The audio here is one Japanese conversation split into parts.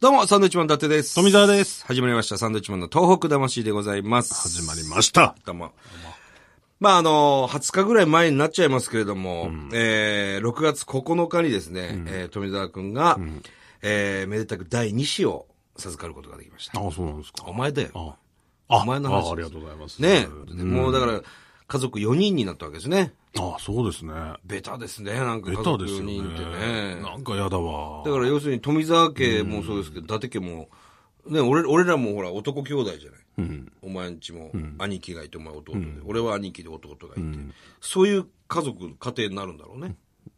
どうも、サンドウィッチマン伊達です。富澤です。始まりました。サンドウィッチマンの東北魂でございます。始まりました。どうも。まあ、あの、20日ぐらい前になっちゃいますけれども、えー、6月9日にですね、えー富澤くんが、えー、めでたく第2子を授かることができました。あ、そうなんですか。お前だよ。あ、あお前の話あありがとうございます。ねえ、もうだから、家族4人になったわけですね。あ、そうですね。ベタですね、なんかベ家タ族です4よ人ってね。ね。なんかやだわだ。から要するに富澤家もそうですけど、伊達家も、ね、俺俺らもほら男兄弟じゃない。お前んちも兄貴がいて、お前弟で、俺は兄貴で弟がいて、そういう家族、家庭になるんだろうね。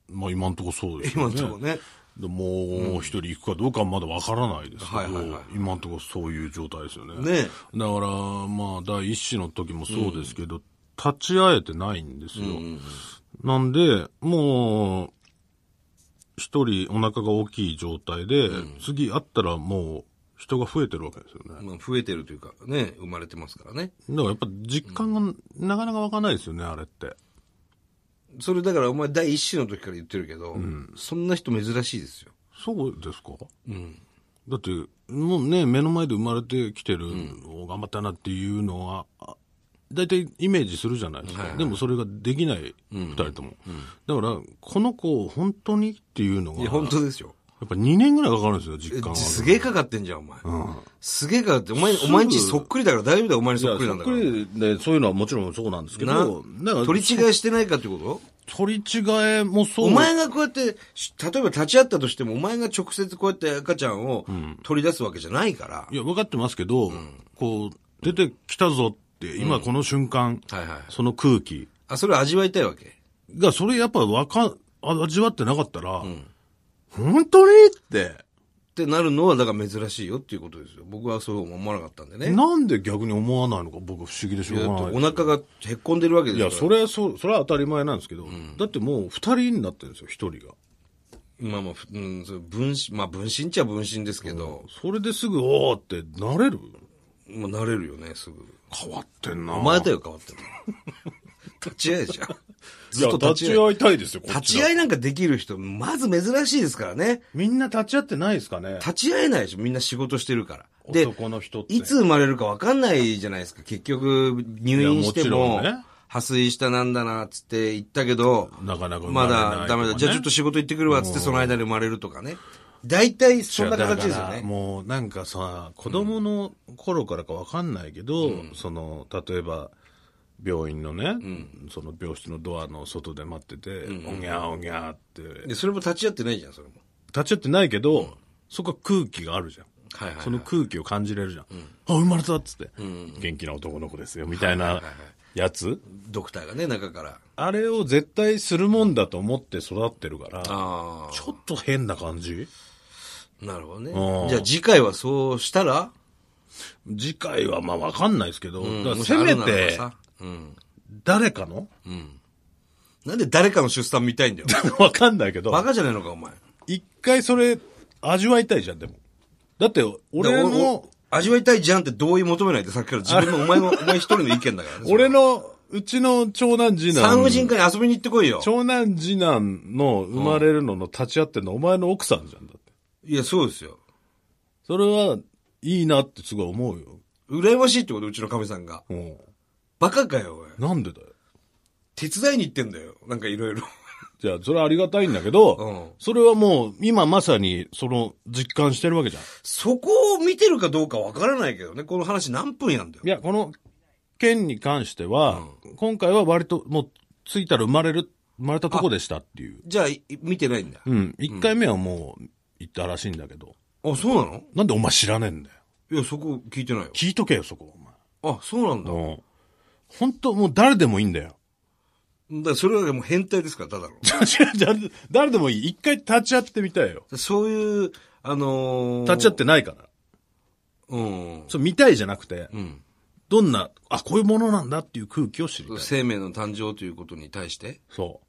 まあ今んとこそうです今よのね。とこね。でもう一人行くかどうかはまだわからないですけはいはいはどい、今んとこそういう状態ですよね。ねだから、まあ第一子の時もそうですけど、立ち会えてないんですよ。なんで、もう、一人お腹が大きい状態で、次会ったらもう人が増えてるわけですよね。まあ、増えてるというか、ね、生まれてますからね。だからやっぱ実感がなかなか湧かないですよね、あれって。それだからお前第一子の時から言ってるけど、そんな人珍しいですよ。そうですかうん。だって、もうね、目の前で生まれてきてる、お頑張ったなっていうのは、あ大体イメージするじゃないですか。でもそれができない、二人とも。だから、この子を本当にっていうのが、いや、や本当ですよ。っぱ2年ぐらいかかるんですよ、実え感は。すげえかかってんじゃん、お前。すげえかかって、お前、お前んちそっくりだから大丈夫だよ、お前にいやそっくりなんだから。そっくりで、そういうのはもちろんそうなんですけなど、だから取り違えしてないかってこと取り違えもそう。お前がこうやって、し例えば立ち会ったとしても、お前が直接こうやって赤ちゃんを取り出すわけじゃないから。いや、分かってますけど、こう、出てきたぞって、今この瞬間、はいはい。その空気あ、それを味わいたいわけ。が、それやっぱわか、あ味わってなかったら、本当にって、ってなるのは、だから珍しいよっていうことですよ。僕はそう思わなかったんでね。なんで逆に思わないのか僕不思議でしょだってうがおない。腹がへっこんでるわけでいすから。や、それはそう、それは当たり前なんですけど、だってもう二人になってるんですよ、一人が。まあまあ、ふうん、そう分身、まあ分身っちゃ分身ですけど、それですぐ、おーってなれるもう慣れるよね、すぐ。変わってんなお前だよ。よ、変わって るの。立ち会いじゃん。いずや、っと立立ちち会い。会いたいですよ、こっ立ちちは会いなんかできる人、まず珍しいですからね。みんな立ち会ってないですかね立ち会えないでしょみんな仕事してるから。で、男の人って。いつ生まれるか分かんないじゃないですか。結局、入院していやももちろんね、破水したなんだな、つって言ったけど、なかなか生ままれないとかねだダメだ。じゃあちょっと仕事行ってくるわ、つってその間に生まれるとかね。大体そんな形ですよだからね。もうなんかさ、子供の頃からかわかんないけど、その、例えば、病院のね、その病室のドアの外で待ってて、おぎゃーおぎゃーって、で、それも立ち会ってないじゃん、それも。立ち会ってないけど、そこは空気があるじゃん。はいはいはいその空気を感じれるじゃん。あ、生まれたっつって、元気な男の子ですよ、みたいなやつ。ドクターがね、中から。あれを絶対するもんだと思って育ってるから、あちょっと変な感じあ。なるほどうね。んじゃあ次回はそうしたら、次回はまあわかんないですけど、うんだからもしせめあるならばて、さうん。誰かの なんで誰かの出産見たいんだよ。わかんないけバど、カじゃないのか、お前。一回それ味わいたいじゃん、でも。だって、俺だからおのお、味わいたいじゃんって同意求めないでさっきから自分のお前の、お前一人の意見だからね。 俺の、うちの長男次産婦人男、科に遊びに行ってこいよ。長男次男の生まれるのの立ち会ってるのお前の奥さんじゃん、だって。いや、そうですよ。それは、いいなってすごい思うよ。羨ましいってこと、うちの亀さんが。うん。バカかよ、おい。なんでだよ。手伝いに行ってんだよ。なんかいろいろ。じゃあ、それはありがたいんだけど、うんそれはもう、今まさに、その、実感してるわけじゃん。そこを見てるかどうかわからないけどね。この話何分やんだよい。や、この件に関しては、今回は割と、もう、着いたら生まれる、生まれたとこでしたっていう。じゃあ、い見てないんだ。うん。一回目はもう、行ったらしいんだけど。あ、そうなのなんでお前知らねえんだよ。いや、そこ聞いてないよ。聞いとけよ、そこ、おあ、そうなんだ。だか前。うん。本当もう誰でもいいんだよ。 らそれはもう変態ですから、ただの。違う違う誰でもいい。一回立ち会ってみたいよ。そういう、あのー、立ち会ってないから。うん。そう、見たいじゃなくて、うん。どんな、あ、こういうものなんだっていう空気を知りたい。生命の誕生ということに対してそ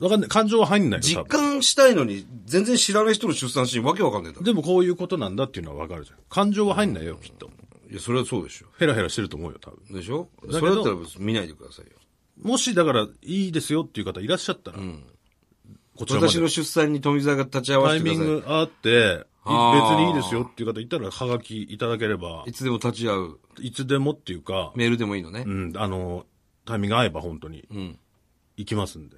う。わかんない。感情は入んないよ。多実分感したいのに、全然知らない人の出産シーンわけわかんないんだ。でもこういうことなんだっていうのはわかるじゃん。感情は入んないよ、きっと。いや、それはそうでしょ。ヘラヘラしてると思うよ、多分。でしょどそれだったら見ないでくださいよ。もし、だから、いいですよっていう方いらっしゃったら、こちらまで私の出産に富澤が立ち会わタせイてくミださい。ングあって、あー別にいいですよっていう方いたら、はがきいただければい、つでも立ち会う。いつでもっていうか、メールでもいいのねう。ん、あの、タイミング合えば本当にうん。行きますんで。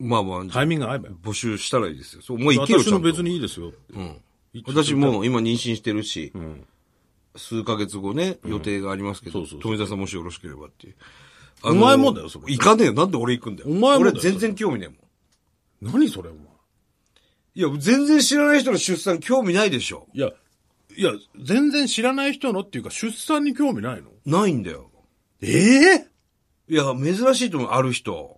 まあまあ、タイミング合えばよ。募集したらいいですよ。そう、もう行けよ、私ちゃのんと。別にいいですよって。うん。一応私もう今妊娠してるし、ん数ヶ月後ね、予定がありますけど、そうそうそ富田さんもしよろしければっていう。お前もだよそれ行かねえよ。なんで俺行くんだよ。お前もだよ俺全然興味ねえもん。何それ、お前。いや、全然知らない人の出産興味ないでしょ。いや、いや、全然知らない人のっていうか、出産に興味ないのないんだよ。ええいや、珍しいと思う、ある人。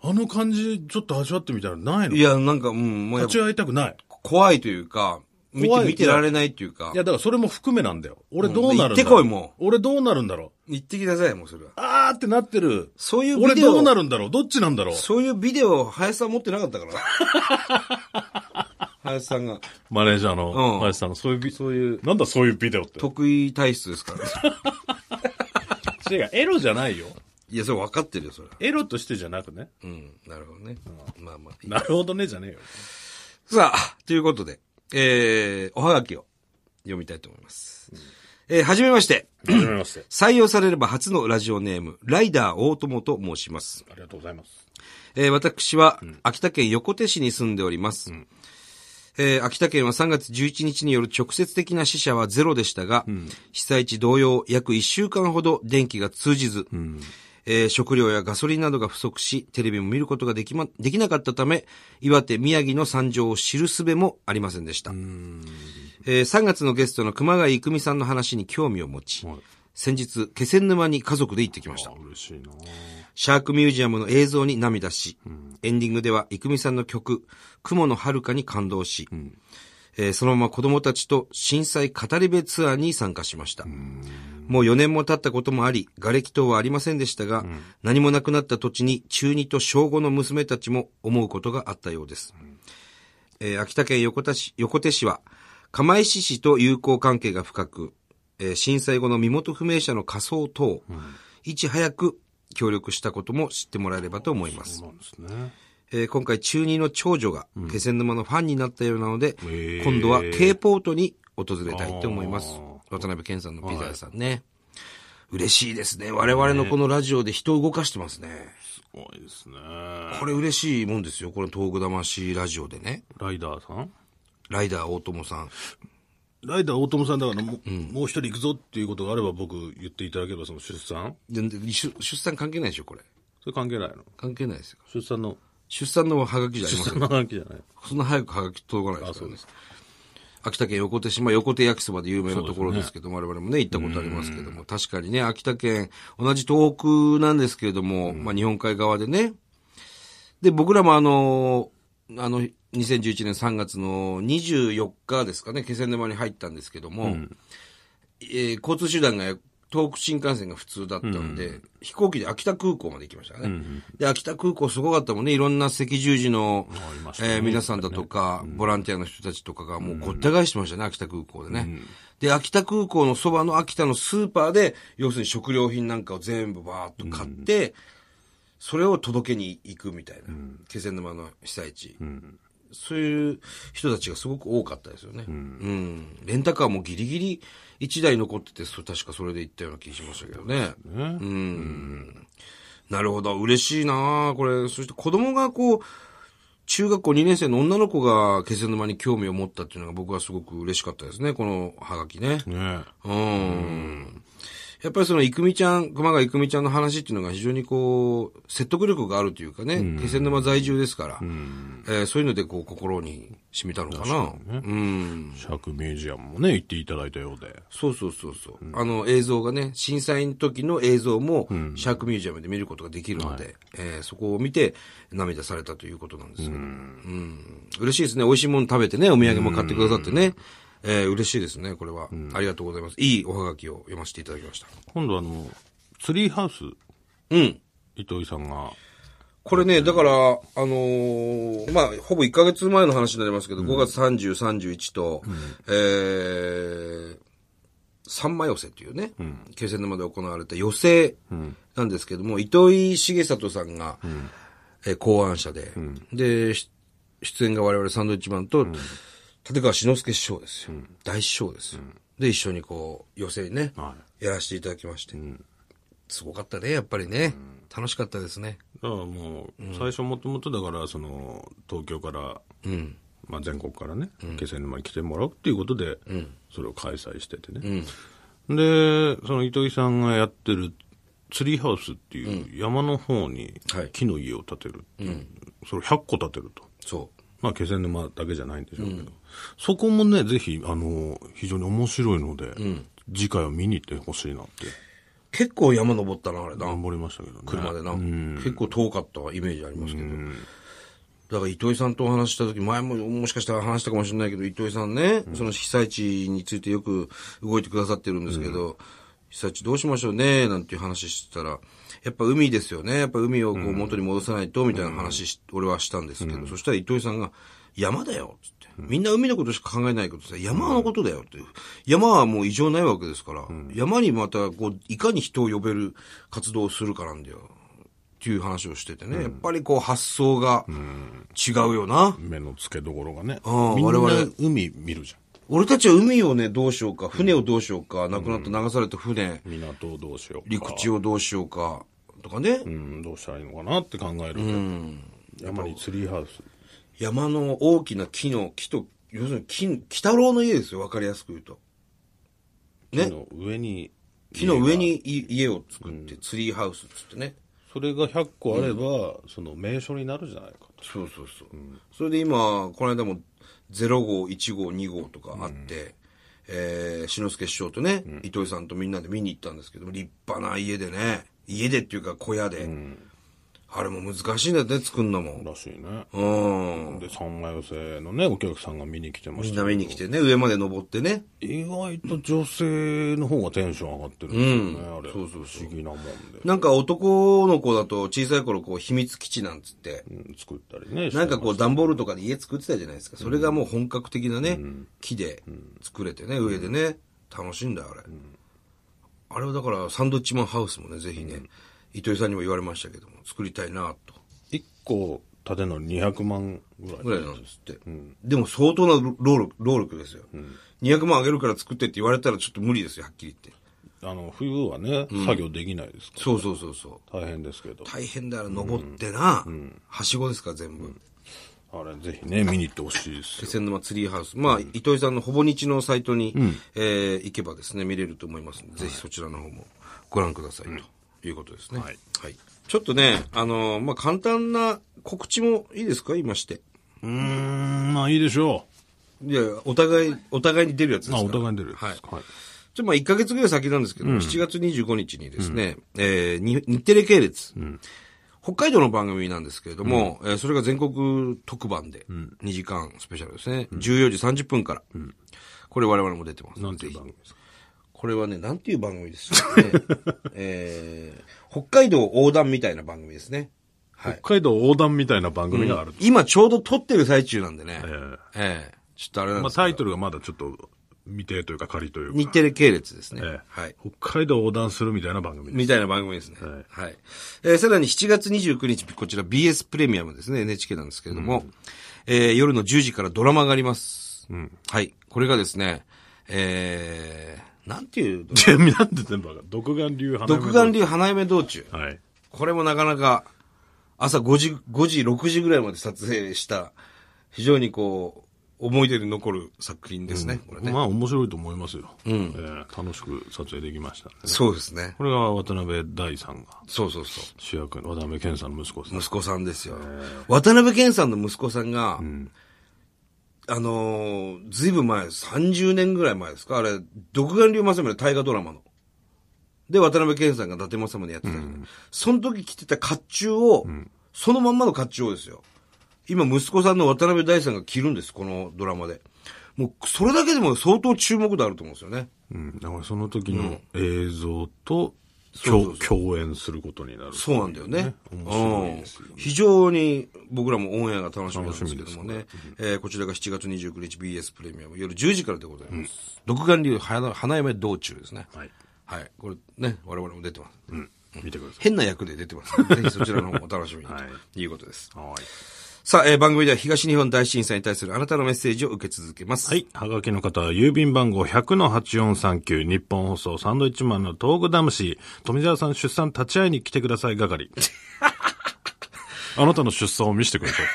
あの感じ、ちょっと味わってみたらないのいや、なんか、うん、もうやっ立ぱち会いたくない。怖いというか、見怖て、い見てられないっていうかい、や、だからそれも含めなんだよ。俺どうなるんだろうん行う、ってこいも俺どうなるんだろ行ってきなさい、もうそれは。う。あーってなってる。そういう俺ビデオどうなるんだろうどっちなんだろうそういうビデオ、林さん持ってなかったから。 林さんがマネージャーの、うん林さんのそういうビ、そういう、なんだそういうビデオって。得意体質ですから。違う、エロじゃないよ。 いや、それ分かってるよ、それは。エロとしてじゃなくね。うん、なるほどね。まあまあいい。なるほどね、じゃねえよ。さあ、ということで、えー、おはがきを読みたいと思います。えー、はじめまして。 はじめまして。採用されれば初のラジオネーム、ライダー大友と申します。ありがとうございます。えー私は秋田県横手市に住んでおります。えー秋田県は3月11日による直接的な死者はゼロでしたが、被災地同様約1週間ほど電気が通じず、えー食料やガソリンなどが不足し、テレビも見ることができま、できなかったため、岩手、宮城の惨状を知るすべもありませんでした。えー3月のゲストの熊谷育美さんの話に興味を持ち、先日、気仙沼に家族で行ってきました。嬉しいなシャークミュージアムの映像に涙し、エンディングでは、郁美さんの曲、雲の遥かに感動し、えーそのまま子供たちと震災語り部ツアーに参加しました。もう4年も経ったこともあり、瓦礫等はありませんでしたが、何もなくなった土地に中2と小5の娘たちも思うことがあったようです。えー秋田県横田市、横手市は、釜石市と友好関係が深く、えー震災後の身元不明者の仮葬等、いち早く協力したことも知ってもらえればと思います。そうなんですね。えー今回中二の長女が気仙沼のファンになったようなので、ー今度は K ポートに訪れたいと思いますあー。渡辺健さんのピザ屋さんね。嬉しいですね。我々のこのラジオで人を動かしてますね。すごいですね。これ嬉しいもんですよ。この東北魂ラジオでね。ライダーさんライダー大友さん。ライダー大友さんだからも,、うもう一人行くぞっていうことがあれば僕言っていただければその出産でで出出産関係ないでしょ、これ。それ関係ないの関係ないですよ。出産の出産のハガキじゃあり出ません産の関係じゃないそんな早くはがき届かないですからね。秋田県横手島、横手焼きそばで有名なところですけども、我々もね、行ったことありますけども、確かにね、秋田県、同じ東北なんですけれども、まあ日本海側でね。で、僕らもあの、あの、2011年3月の24日ですかね、気仙沼に入ったんですけども、えー交通手段が東北新幹線が普通だったんで、飛行機で秋田空港まで行きましたね、で、秋田空港すごかったもんね、いろんな赤十字の、えー皆さんだとか、ボランティアの人たちとかがもうごった返してましたね、秋田空港でね。で、秋田空港のそばの秋田のスーパーで、要するに食料品なんかを全部バーっと買って、それを届けに行くみたいな、気仙沼の被災地、そういう人たちがすごく多かったですよね。うん。レンタカーもギリギリ1台残ってて、そ確かそれで行ったような気しましたけどね。うん。なるほど。嬉しいなあこれ。そして子供がこう、中学校2年生の女の子が気仙沼に興味を持ったっていうのが僕はすごく嬉しかったですね。このハガキね。ねうんやっぱりその、いくみちゃん、熊谷いくみちゃんの話っていうのが非常にこう、説得力があるというかね、気仙沼在住ですから、えーそういうのでこう、心に染みたのかな。うん。シャークミュージアムもね行っていただいたようでそうそうそうそう、あの映像がね、震災の時の映像も、シャークミュージアムで見ることができるので、えーそこを見て涙されたということなんですけど、うん嬉しいですね。美味しいもの食べてね、お土産も買ってくださってね、えー嬉しいですね、これは、ありがとうございます。いいおはがきを読ませていただきました。今度あのツリーハウスうん。糸井さんがこれね、だから、あのーまあ、ほぼ1ヶ月前の話になりますけど、5月30、31と、えー、三枚寄せっていうね、気仙沼で行われた寄せなんですけども、糸井重里さんが、えー考案者で、で、し出演が我々サンドウィッチマンと、立川志の輔師匠ですよ。大師匠ですよ。で、一緒にこう、寄席ね、はやらせていただきまして。すごかったね、やっぱりね。楽しかったですね。だからもう、最初もともとだから、その、東京から、うん。まあ、全国からね、気仙沼に来てもらうっていうことで、それを開催しててね。で、その糸井さんがやってるツリーハウスっていう山の方にはい木の家を建てるっていう、それを100個建てると。そまあ、気仙沼だけじゃないんでしょうけど、そこもね、ぜひ、あの、非常に面白いので、次回は見に行ってほしいなって、う。結構山登ったな、あれな。頑張りましたけどね。車でな、結構遠かったイメージありますけど、だから糸井さんとお話しした時前ももしかしたら話したかもしれないけど糸井さんね、その被災地についてよく動いてくださってるんですけど、被災地どうしましょうねなんていう話してたらやっぱ海ですよねやっぱ海をこう元に戻さないとみたいな話し、俺はしたんですけど、そしたら糸井さんが「山だよ」っつって。みんな海のことしか考えないけどさ、山のことだよって。山はもう異常ないわけですから、山にまたこう、いかに人を呼べる活動をするかなんだよ。っていう話をしててね、やっぱりこう発想が違うよな。目の付けどころがね。ああみんな我々海見るじゃ俺たちは海をね、どうしようか、船をどうしようか、亡くなった流された船、ん。港をどうしようか。陸地をどうしようか、とかね、うん、どうしたらいいのかなって考えるけど、山にツリーハウス。山の大きな木の、木と、要するに木、鬼太郎の家ですよ、わかりやすく言うと。ね木の上に。木の上家が。にい家を作って、ツリーハウスっつってね。それが100個あれば、その名所になるじゃないかと。そうそうそう。それで今、この間も0号、1号、2号とかあって、えー、志の輔師匠とね、糸井さんとみんなで見に行ったんですけど、立派な家でね、家でっていうか小屋で、あれも難しいんだよね、作んのも。らしいね。うん。で、三枚寄せのね、お客さんが見に来てまみしんたけなど。見に来てね、上まで登ってね。意外と女性の方がテンション上がってるんですよね、あれ。そうそうそう不思議なもんで。なんか男の子だと小さい頃こう秘密基地なんつって、うん作ったりね。なんかこう。う段ボールとかで家作ってたじゃないですか。それがもう本格的なね、木で作れてね、上でね、楽しいんだよ、あれ。あれはだからサンドウィッチマンハウスもね、ぜひね、糸井さんにも言われましたけども、作りたいなと。 1個建てるのに200万ぐらい。ぐらいなんですって。でも相当な労力、労力ですよ。200万あげるから作ってって言われたらちょっと無理ですよ、はっきり言って。あの、冬はね、作業できないですから。そうそうそうそう。大変ですけど。大変だよ、登ってな。はしごですから、全部。あれ、ぜひね、見に行ってほしいです気よ。仙沼ツリーハウス。まあ、糸井さんのほぼ日のサイトに、えー行けばですね、見れると思いますので、ぜひそちらの方もご覧くださいということですね。はい。ちょっとね、あのーまあ、簡単な告知もいいですか今して。うーん、まあいいでしょいや、お互い、お互いに出るやつですう。かあ、ら。お互いに出るやつはいです。か。はい。ちょ、まあ、1ヶ月ぐらい先なんですけど、7月25日にですね、えーに日テレ系列、北海道の番組なんですけれども、えーそれが全国特番で、2時間スペシャルですね、14時30分から、これ我々も出てます。なんていう番組ですか。これはね、なんていう番組ですかね。 えー北海道横断みたいな番組ですね。はい。北海道横断みたいな番組がある。今ちょうど撮ってる最中なんでね。えええちょっとあれなんでまあすけど、タイトルがまだちょっと未定というか仮という日か。テレ系列ですね。ええはい。北海道横断するみたいな番組です。みたいな番組ですね。ははいい。えーさらに7月29日、こちら BS プレミアムですね、NHK なんですけれども、えー夜の10時からドラマがあります。はい。これがですね、えー、なんていうので、なんで 全部わかる独眼流花独眼流花嫁道中。はい。これもなかなか、朝5時、5時、6時ぐらいまで撮影した、非常にこう、思い出に残る作品ですね、これね。まあ面白いと思いますよ。ええ楽しく撮影できましたね。そうですね。これが渡辺大さんがそうそうそう。主役の、渡辺健さんの息子さん。息子さんですよ。渡辺謙さんの息子さんが、あのーずいぶん前、30年ぐらい前ですかあれ、独眼竜政宗大河ドラマの。で、渡辺謙さんが伊達政宗やってたじゃないその時着てた甲冑を、そのまんまの甲冑をですよ。今、息子さんの渡辺大さんが着るんです、このドラマで。もう、それだけでも相当注目度あると思うんですよね。うん。だからその時の映像と共共演することになる。そうなんだよね。面白いですようん非常に僕らもオンエアが楽しみなんですけどもね。えーこちらが7月29日 BS プレミアム夜10時からでございます。独眼流花花嫁道中ですね。はい。はい。これね、我々も出てます。うん。見てください。 変な役で出てます。ぜひそちらの方もお楽しみにはいということです。はい。さあ、えー番組では東日本大震災に対するあなたのメッセージを受け続けます。はい。はがきの方は、郵便番号100-8439、日本放送サンドイッチマンの東具魂、富澤さん出産立ち会いに来てください係。あなたの出産を見せてください。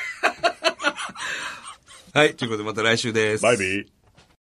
はい、ということでまた来週です。 Bye, bye.